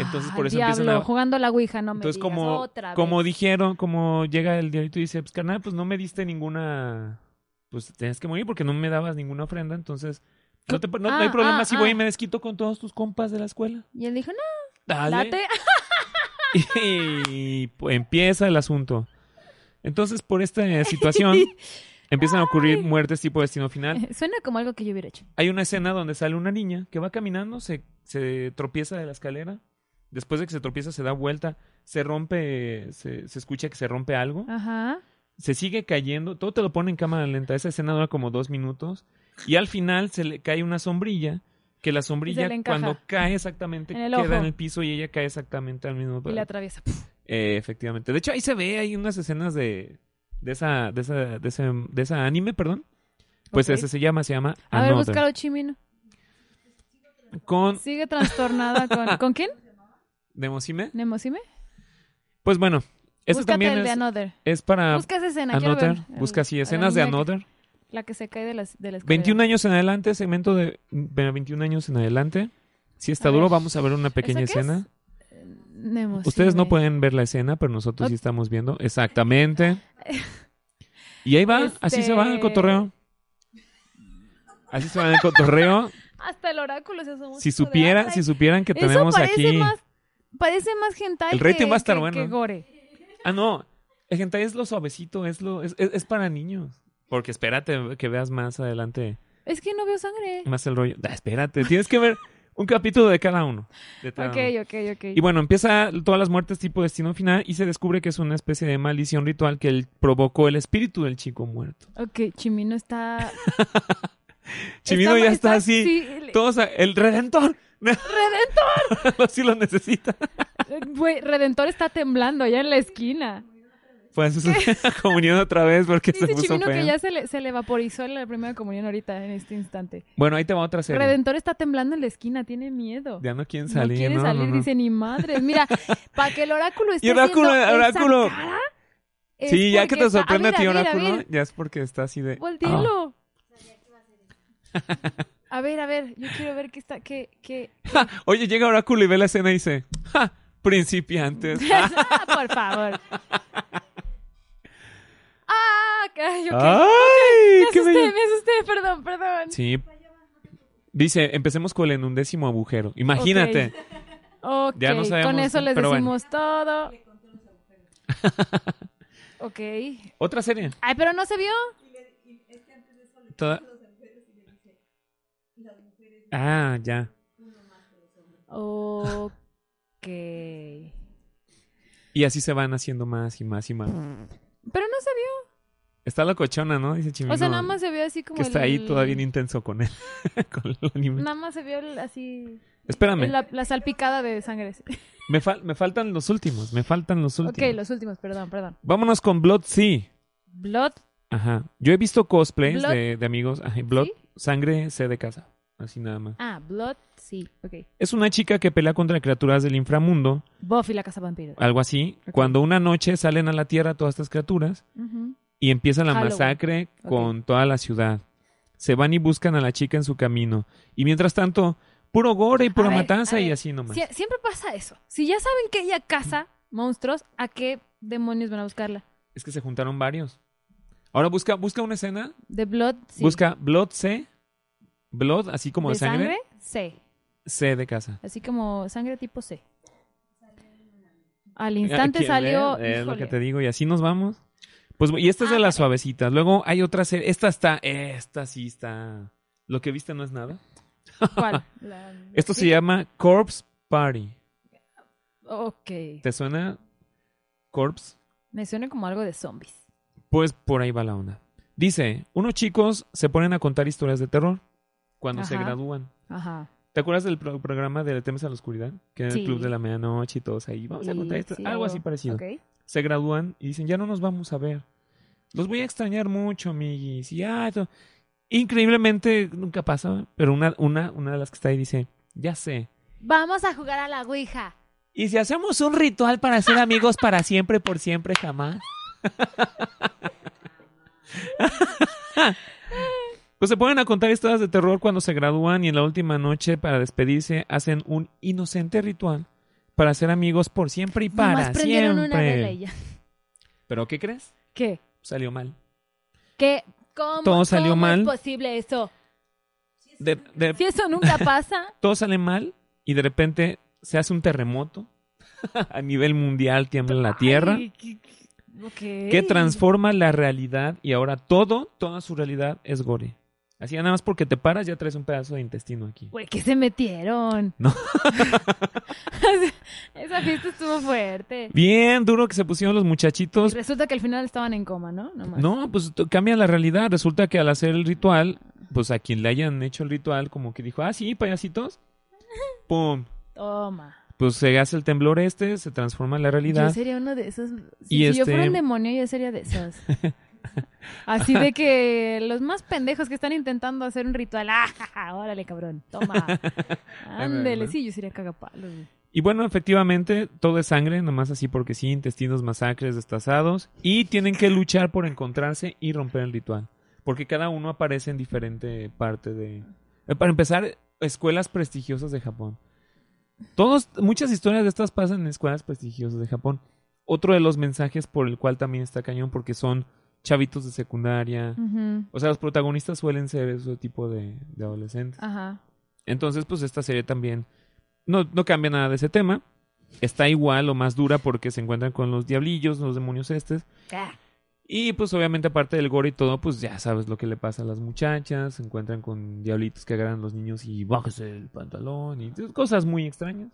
A: Entonces,
B: Ah,
A: por eso
B: diablo,
A: empiezan a-
B: jugando a la ouija, no me
A: Entonces,
B: digas,
A: como,
B: otra
A: como
B: vez.
A: dijeron, como llega el diablito y dice, pues carnal, pues no me diste ninguna, pues tenías que morir porque no me dabas ninguna ofrenda, entonces no, te- no- no hay
B: Ah,
A: problema
B: ah,
A: si voy
B: ah.
A: y me desquito con todos tus compas de la escuela.
B: Y él dijo, no,
A: Dale.
B: late.
A: (laughs) Y pues, empieza el asunto. Entonces, por
B: (laughs)
A: esta situación, empiezan a ocurrir muertes tipo destino
B: (laughs)
A: final.
B: Suena como algo que yo hubiera hecho.
A: Hay una escena donde sale una niña que va caminando, se, se tropieza de la escalera. Después de que se tropieza, se da vuelta, se rompe, se, se escucha que se rompe algo.
B: Ajá.
A: se sigue cayendo, todo te lo pone en cámara lenta, esa escena dura como dos minutos y al final se le cae una sombrilla que la sombrilla
B: le encaja.
A: cuando cae exactamente
B: En el
A: queda
B: ojo.
A: en el piso y ella cae exactamente al mismo
B: Y la atraviesa.
A: Eh, efectivamente de hecho ahí se ve hay unas escenas de de esa de esa de ese, de esa anime perdón pues
B: Ok.
A: ese se llama se llama
B: A ver,
A: Another.
B: búscalo, Chimino.
A: con
B: Sigue
A: (laughs)
B: trastornada con... ¿Con quién?
A: Demosime
B: ¿Nemosime?
A: pues bueno eso
B: Búscate
A: también
B: el de
A: es,
B: Another.
A: es para
B: Busca esa escena, quiero
A: Another
B: ver. El-
A: busca así
B: la
A: escenas de
B: niña que-
A: Another
B: La que se cae de las de la escalera.
A: 21 años en adelante, segmento de de 21 años en adelante. Si está
B: A ver.
A: duro, vamos a ver una pequeña
B: ¿Eso qué
A: escena.
B: Nemo, sí,
A: Ustedes no
B: güey.
A: pueden ver la escena, pero nosotros
B: Ok.
A: sí estamos viendo.
B: (laughs)
A: Exactamente. Y ahí va, así se va el
B: Este-
A: cotorreo. Así se va el
B: (laughs)
A: cotorreo.
B: Hasta el oráculo se asomó.
A: Si supieran, si supieran que tenemos
B: Eso parece
A: aquí.
B: Más, parece más hentai
A: El rating
B: que,
A: va a estar
B: que-
A: bueno.
B: que gore.
A: Ah, no. El hentai es lo suavecito, es lo es, es- es para niños. Porque espérate que veas más adelante
B: Es que no veo sangre.
A: más el rollo. Ah, espérate, tienes que ver un capítulo de cada uno. De cada
B: Ok,
A: uno.
B: ok, ok.
A: Y bueno, empieza todas las muertes tipo destino final y se descubre que es una especie de maldición ritual que él provocó el espíritu del chico muerto.
B: Ok, Chimino está...
A: (laughs) Chimino ya está así.
B: sí, el-
A: Todos, a- el redentor, (laughs)
B: Redentor.
A: sí lo necesita.
B: eh, Güey, Redentor está temblando allá en la esquina.
A: fue a su segunda (laughs) comunión otra vez porque se
B: Dice
A: puso
B: Chimino que
A: fea.
B: ya se le, se le vaporizó la primera comunión ahorita, en este instante.
A: Bueno, ahí te va otra serie.
B: Redentor está temblando en la esquina, tiene miedo.
A: Ya no quieren
B: no
A: salir,
B: quiere
A: no,
B: salir,
A: no, no.
B: dice ni madre. Mira,
A: (laughs)
B: para que el oráculo esté
A: Y oráculo,
B: haciendo
A: oráculo.
B: esa cara, es
A: Sí, ya que
B: porque
A: te
B: está-
A: sorprende a, ti,
B: ver, ver,
A: Oráculo,
B: ver,
A: ya es porque está así de... "Ah".
B: voltéalo. A ver, a ver, yo quiero ver qué está, qué, qué.
A: Ja, "Ah". Oye, llega Oráculo y ve la escena y dice, ¡ja! Principiantes.
B: Ah,
A: (laughs)
B: Por favor. Ah, caray, (laughs) ok.
A: ¡Ay!
B: Me
A: ¡Qué
B: asusté,
A: bello!
B: me asusté, perdón, perdón.
A: Sí. Dice, empecemos con el enundécimo agujero. Imagínate.
B: Ok,
A: Ya no sabemos,
B: con eso les
A: pero bueno.
B: decimos todo. ok.
A: Otra serie.
B: Ay, pero no se vio.
A: Toda- Ah, ya.
B: Ok.
A: Y así se van haciendo más y más y más.
B: Pero no se vio.
A: Está la cochona, ¿no? Dice Chimino.
B: O sea, nada más se vio así como.
A: Que está
B: el-
A: ahí todavía bien intenso con él. (laughs) con el anime.
B: Nada más se vio el- así.
A: Espérame.
B: La, la salpicada de sangre.
A: Me, fal- me faltan los últimos. Me faltan los últimos.
B: Ok, los últimos, perdón, perdón.
A: Vámonos con Blood Sea.
B: Blood.
A: Ajá. Yo he visto cosplays
B: Blood.
A: de, de amigos. Ajá, Blood,
B: ¿Sí?
A: sangre, C de casa. Así nada más.
B: Ah, Blood, sí, ok.
A: Es una chica que pelea contra criaturas del inframundo,
B: Buffy la casa vampiro.
A: algo así.
B: Ok.
A: Cuando una noche salen a la tierra todas estas criaturas y empieza la
B: Halloween.
A: masacre
B: Ok.
A: con toda la ciudad. Se van y buscan a la chica en su camino. Y mientras tanto, puro gore y pura
B: ver,
A: matanza
B: a
A: y
B: ver.
A: así nomás.
B: Sie- siempre pasa eso. Si ya saben que ella caza monstruos, ¿a qué demonios van a buscarla?
A: Es que se juntaron varios. Ahora busca, busca una escena.
B: De Blood, sí.
A: Busca Blood C. Blood, así como de,
B: ¿De
A: sangre,
B: C.
A: C de casa.
B: Así como sangre tipo C. Al
A: Aquí,
B: instante
A: ¿ves?
B: salió.
A: Ah, Es lo
B: híjole. Ah,
A: que te digo, y así nos vamos. Pues, y esta es de las suavecitas. Luego hay otra serie. Esta está, esta sí está. Lo que viste no es nada.
B: ¿Cuál? La-
A: (laughs) Esto se
B: ¿Sí?
A: llama Corpse Party.
B: Ok.
A: ¿Te suena Corpse?
B: Me suena como algo de zombies.
A: Pues por ahí va la onda. Dice, unos chicos se ponen a contar historias de terror cuando se
B: Ajá.
A: gradúan.
B: Ajá.
A: ¿Te acuerdas del pro- programa de Temas a la Oscuridad? Que era
B: Sí.
A: el club de la medianoche y todos ahí. Vamos a
B: Y-
A: contar esto.
B: sí,
A: Algo
B: o-
A: así parecido.
B: Ok.
A: se gradúan y dicen, ya no nos vamos a ver. Los voy a extrañar mucho, amiguis. Y, ah, esto- Increíblemente nunca pasa, pero una, una, una de las que está ahí dice, ya sé.
B: Vamos a jugar a la Ouija.
A: ¿Y si hacemos un ritual para ser amigos para siempre, por siempre, jamás? (laughs) pues se ponen a contar historias de terror cuando se gradúan y en la última noche para despedirse hacen un inocente ritual para ser amigos por siempre y para
B: Nomás prendieron una vela y
A: siempre.
B: ya.
A: ¿Pero qué crees?
B: ¿Qué?
A: Salió mal.
B: ¿Qué? ¿Cómo,
A: Todo salió
B: cómo
A: mal.
B: es posible eso?
A: de- de-
B: Si eso nunca pasa.
A: todo sale mal y de repente se hace un terremoto (laughs) a nivel mundial, tiembla la (laughs) tierra,
B: Ay, qué- qué- ok.
A: que transforma la realidad y ahora todo, toda su realidad es gore. Así nada más porque te paras ya traes un pedazo de intestino aquí.
B: Güey, ¿qué se metieron?
A: (laughs) No.
B: (laughs) Esa fiesta estuvo fuerte.
A: Bien duro que se pusieron los
B: Y
A: muchachitos.
B: resulta que al final estaban en coma, ¿no? Nomás.
A: Pues No, pues t- cambia la realidad. Resulta que al hacer el ritual, pues a quien le hayan hecho el ritual, como que dijo, ah, sí, payasitos. Pum.
B: Toma.
A: Pues se hace el temblor este, se transforma la
B: Yo
A: realidad.
B: sería uno de esos. Si,
A: Y
B: si yo fuera
A: este-
B: un demonio, yo sería de esos. Así de que los más pendejos que están intentando hacer un ritual. ¡Ah, ja, ja! órale, cabrón!
A: (laughs)
B: Toma. Ándele.
A: ¿verdad?
B: Sí, yo sería cagapalos. güey.
A: Y bueno, efectivamente, todo es sangre, nomás así porque sí, intestinos, masacres, destazados. Y tienen que luchar por encontrarse y romper el ritual. Porque cada uno aparece en diferente parte de... Eh, Para empezar, escuelas prestigiosas de Japón. Todos, muchas historias de estas pasan en escuelas prestigiosas de Japón. Otro de los mensajes por el cual también está cañón, porque son chavitos de secundaria.
B: Ujú.
A: O sea, los protagonistas suelen ser ese tipo de, de adolescentes.
B: Ajá.
A: Entonces, pues esta serie también no, no cambia nada de ese tema. Está igual o más dura porque se encuentran con los diablillos, los demonios estes.
B: Ah.
A: Y pues obviamente aparte del gore y todo, pues ya sabes lo que le pasa a las muchachas. Se encuentran con diablitos que agarran a los niños y bájese el pantalón y cosas muy extrañas.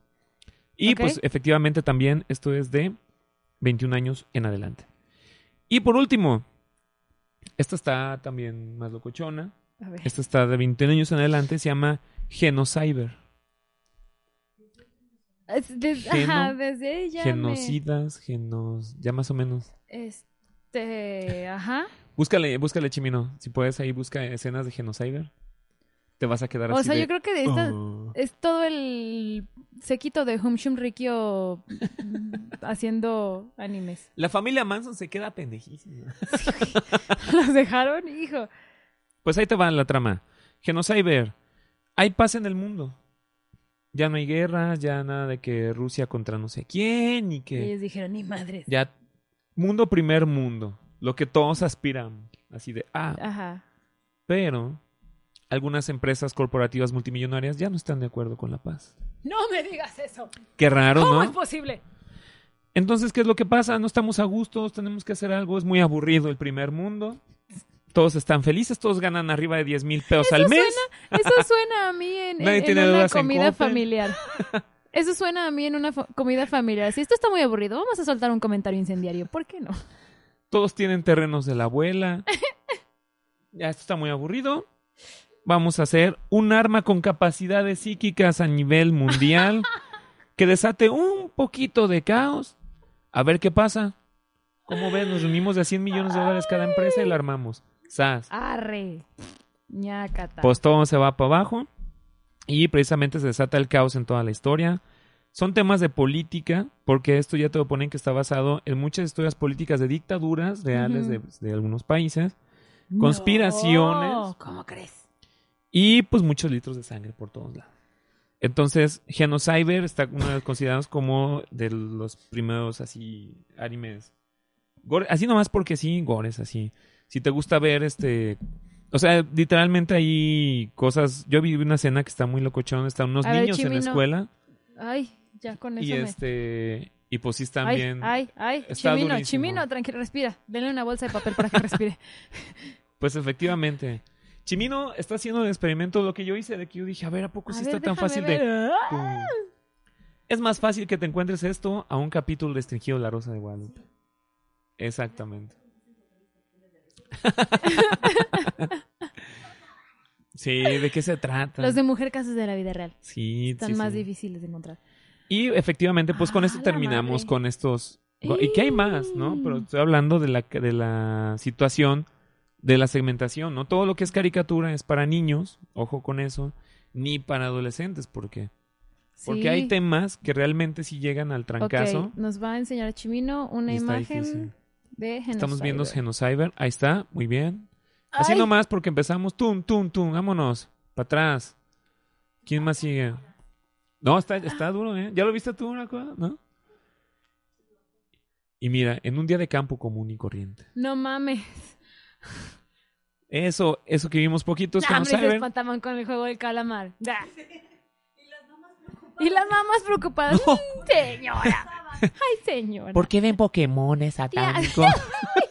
A: Y
B: Ok.
A: pues efectivamente también esto es de 21 años en adelante. Y por último, esta está también más locochona.
B: A ver.
A: Esta está de 21 años en adelante, se llama Genocyber.
B: Es des-
A: Geno-
B: ajá, desde ella. me-
A: Genocidas, genos... Ya más o menos.
B: Este, Este, ajá.
A: Búscale, búscale, Chimino. Si puedes ahí, busca escenas de Genocider. Te vas a quedar
B: O
A: así
B: sea,
A: de,
B: yo creo que de esta
A: "Oh".
B: es todo el sequito de Humshum Rikyo mm, haciendo
A: (laughs)
B: animes.
A: La familia Manson se queda pendejísima.
B: Los dejaron, hijo.
A: Pues ahí te va la trama. Genocider. Hay paz en el mundo. Ya no hay guerras, ya nada de que Rusia contra no sé quién y
B: Y
A: que...
B: ellos dijeron, ni madres.
A: Ya, mundo primer mundo. Lo que todos aspiran. Así de, ah,
B: Ajá.
A: pero algunas empresas corporativas multimillonarias ya no están de acuerdo con la paz.
B: No me digas eso.
A: Qué raro,
B: ¿Cómo
A: ¿no?
B: es posible?
A: Entonces, ¿qué es lo que pasa? No estamos a gusto, tenemos que hacer algo, es muy aburrido el primer mundo. Todos están felices, todos ganan arriba de 10 mil pesos al mes.
B: Eso suena a mí en, en-
A: Nadie
B: en
A: tiene
B: una
A: dudas en
B: comida
A: Coppel. (laughs)
B: familiar. Eso suena a mí en una fa- comida familiar. Si esto está muy aburrido, vamos a soltar un comentario incendiario. ¿Por qué no?
A: Todos tienen terrenos de la abuela. Ya, esto está muy aburrido. Vamos a hacer un arma con capacidades psíquicas a nivel mundial que desate un poquito de caos. A ver qué pasa. ¿Cómo ves? Nos reunimos de a 100 millones de dólares cada empresa y la armamos. ¡Sas!
B: Arre. Ñacata.
A: Pues todo se va para abajo y precisamente se desata el caos en toda la historia. Son temas de política, porque esto ya te lo ponen que está basado en muchas historias políticas de dictaduras reales de-
B: Ujú.
A: de, algunos países
B: No.
A: conspiraciones.
B: ¿Cómo crees?
A: y pues muchos litros de sangre por todos lados. Entonces, Genocyber está uno de los considerados como de los primeros así animes. Gore- así nomás porque sí, gores así. Si te gusta ver este... O sea, literalmente hay cosas... Yo vi una escena que está muy locochón. Están unos
B: A ver,
A: niños en la
B: Chimino,
A: escuela.
B: Ay, ya con eso
A: Y
B: me...
A: este... Y pues sí están
B: ay,
A: bien...
B: ay, ay,
A: está
B: chimino,
A: durísimo.
B: chimino, tranquilo, respira. Denle una bolsa de papel para
A: (laughs)
B: que respire.
A: Pues efectivamente. Chimino está haciendo el experimento de lo que yo hice. De que yo dije, a ver, ¿a poco
B: A
A: Pues sí
B: ver,
A: está tan
B: déjame
A: fácil de...
B: ver. Ah,
A: Pum. Es más fácil que te encuentres esto a un capítulo restringido de La Rosa de Guadalupe.
B: (laughs)
A: Exactamente. sí, ¿de qué se trata?
B: Los de mujer casos de la vida real.
A: Sí,
B: Están
A: sí,
B: más
A: sí.
B: difíciles de encontrar.
A: Y efectivamente, pues con
B: Ah,
A: esto
B: la
A: terminamos
B: madre.
A: con estos. Y que hay más, ¿no? Pero estoy hablando de la, de la situación de la segmentación, ¿no? Todo lo que es caricatura es para niños, ojo con eso, ni para adolescentes, ¿por qué? Porque
B: Sí.
A: hay temas que realmente sí llegan al
B: Ok,
A: trancazo.
B: nos va a enseñar Chimino una
A: Y está
B: imagen
A: difícil.
B: de
A: Estamos
B: Genocider.
A: viendo Genocyber. Ahí está, muy bien. Así
B: Ay,
A: nomás porque empezamos. Tum, tum, tum. Vámonos. Para atrás. ¿Quién más sigue? No, está, está duro, ¿eh? ¿Ya lo viste tú, una cosa? ¿No? Y mira, en un día de campo común y corriente.
B: No mames.
A: Eso, eso que vimos poquito
B: (laughs)
A: es
B: Ah, hombre, se
A: Genocyber.
B: espantaban con el juego del calamar. Da. Y las mamás preocupadas. Mm, Señora.
A: (laughs)
B: Ay, señora.
C: ¿Por qué ven Pokémones
B: Tía. (laughs)
C: satánicos?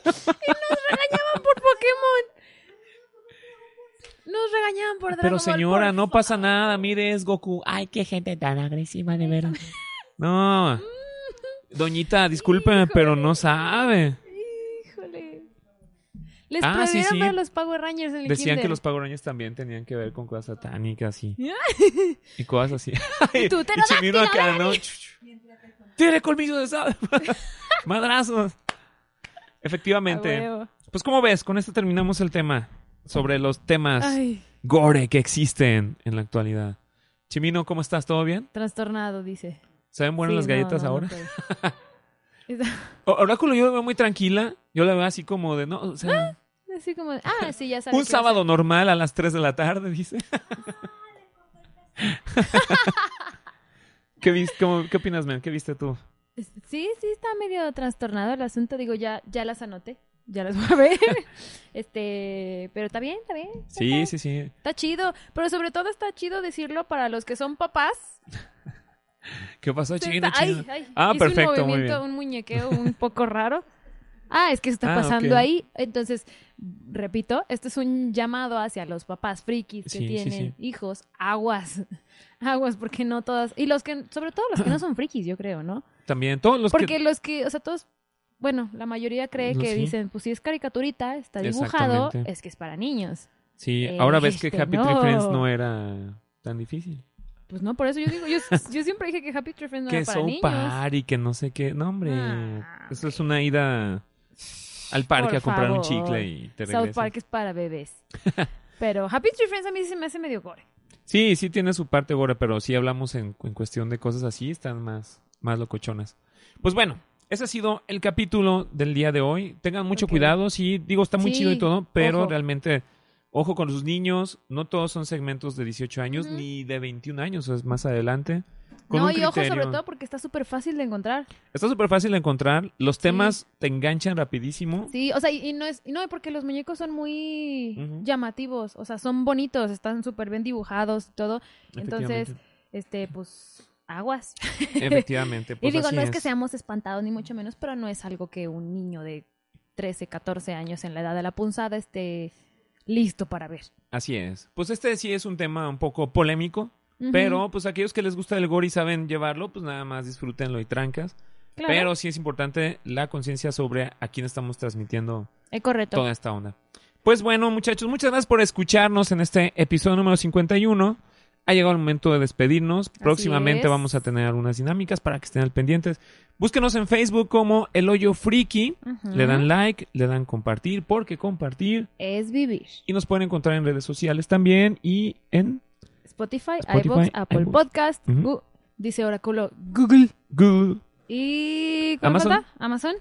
B: regañaban por Pokémon. Nos regañaban por Dragon
A: Pero
B: Ball,
A: señora,
B: por
A: no
B: fa-
A: pasa nada. Mire, es Goku.
C: Ay, qué gente tan agresiva,
B: (laughs)
C: de veras.
A: No. Doñita, discúlpeme, pero no sabe.
B: Híjole. Les
A: Ah, sí,
B: prohibieron
A: sí.
B: ver a los Power Rangers en el
A: Decían que
B: kinder.
A: los Power Rangers también tenían que ver con cosas satánicas y, y cosas así.
B: (laughs) Y tú,
A: Y Chimino acá, ¿no? Tiene colmillos de
B: (laughs)
A: sable. Madrazos. Efectivamente.
B: Mente.
A: Pues como ves, con esto terminamos el tema sobre los temas gore que existen en la actualidad. Chimino, ¿cómo estás? ¿Todo bien?
B: Trastornado, dice.
A: ¿Saben buenas
B: Sí,
A: las
B: no,
A: galletas
B: no, no
A: ahora?
B: puedo.
A: (laughs) O- Oráculo yo la veo muy tranquila. Yo la veo así como de, no, o sea,
B: Así como, ah, sí, ya sabes.
A: un sábado normal a las 3 de la tarde, dice. ¿Qué, viste, cómo- ¿Qué opinas, man? ¿Qué viste tú?
B: Sí, sí, está medio trastornado el asunto. Digo, ya, ya las anoté. Ya las (laughs) voy a ver. este, pero está bien, está bien. está
A: Sí,
B: bien.
A: sí, sí.
B: Está chido. Pero sobre todo está chido decirlo para los que son papás.
A: ¿Qué pasó,
B: Se
A: Chimino?
B: está-
A: Chimino?
B: Pues, ay, ay,
A: Ah,
B: hice
A: perfecto, muy
B: Un movimiento,
A: bien.
B: un muñequeo un poco raro. Ah, es que eso está
A: Ah,
B: pasando
A: ok.
B: ahí. Entonces, repito, este es un llamado hacia los papás frikis que
A: Sí, sí,
B: tienen
A: sí.
B: hijos. Aguas. (laughs) Aguas, porque no todas. Y los que, sobre todo los que no son frikis, yo creo, ¿no?
A: También, todos los
B: Porque
A: que...
B: los que, o sea, todos, bueno, la mayoría cree
A: No,
B: que
A: sí.
B: dicen, pues si es caricaturita, está dibujado,
A: Exactamente.
B: es que es para niños.
A: Sí,
B: Eh,
A: ahora ves que
B: dijiste,
A: Happy Tree Friends
B: "No".
A: no era tan difícil.
B: Pues no, por eso yo digo, yo, yo siempre dije que Happy Tree Friends no
A: que
B: era para
A: Soul
B: niños.
A: Party, que no sé qué. No, hombre.
B: Ah,
A: Eso es una ida al parque
B: Por
A: a comprar un
B: favor.
A: chicle y te regresas.
B: South Park es para bebés. (laughs) Pero Happy Tree Friends a mí sí se me hace medio gore.
A: Sí, sí tiene su parte gore, pero sí hablamos en, en cuestión de cosas así, están más, más locochonas. Pues bueno, ese ha sido el capítulo del día de hoy. Tengan mucho
B: Ok.
A: cuidado, sí, digo, está muy
B: Sí,
A: chido y todo, pero
B: ojo.
A: realmente, ojo con sus niños, no todos son segmentos de 18 años
B: Ujú.
A: ni de 21 años, es más adelante. Con
B: No,
A: un
B: y ojo sobre
A: criterio.
B: todo porque está súper fácil de encontrar.
A: Está súper fácil de encontrar, los temas te enganchan rapidísimo.
B: Sí, o sea, y, y no es, y no, porque los muñecos son muy
A: Ujú.
B: llamativos, o sea, son bonitos, están súper bien dibujados, todo. Entonces,
A: efectivamente.
B: este, pues, aguas.
A: Efectivamente,
B: (laughs) Y
A: pues
B: digo,
A: así
B: no es que
A: es.
B: seamos espantados ni mucho menos, pero no es algo que un niño de 13, 14 años en la edad de la punzada esté listo para ver.
A: Así es. Pues este sí es un tema un poco polémico,
B: Ujú.
A: Pero, pues, aquellos que les gusta el gore y saben llevarlo, pues nada más disfrútenlo y trancas.
B: Claro,
A: Pero sí es importante la conciencia sobre a quién estamos transmitiendo
B: es correcto.
A: toda esta onda. Pues bueno, muchachos, muchas gracias por escucharnos en este episodio número 51. Ha llegado el momento de despedirnos. Próximamente
B: es.
A: vamos a tener algunas dinámicas para que estén al pendientes. Búsquenos en Facebook como El Hoyo Friki.
B: Ujú.
A: Le dan like, le dan compartir, porque compartir.
B: Es vivir.
A: Y nos pueden encontrar en redes sociales también y en
B: Spotify,
A: Spotify,
B: iVoox, Apple
A: iVoox.
B: Podcast,
A: Ujú.
B: Gu- dice Oráculo Google
A: Google.
B: y ¿cuál
A: Amazon.
B: falta? Amazon,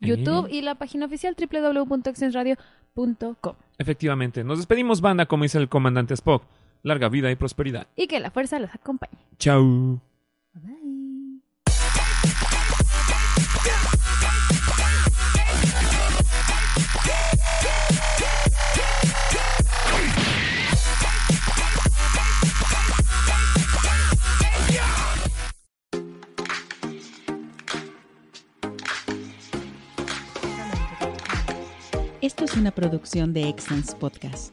B: YouTube y la página oficial www.exensradio.com.
A: Efectivamente, nos despedimos banda como dice el comandante Spock. Larga vida y prosperidad.
B: Y que la fuerza los acompañe.
A: Chau.
B: Bye.
D: Esto es una producción de Excellence Podcast.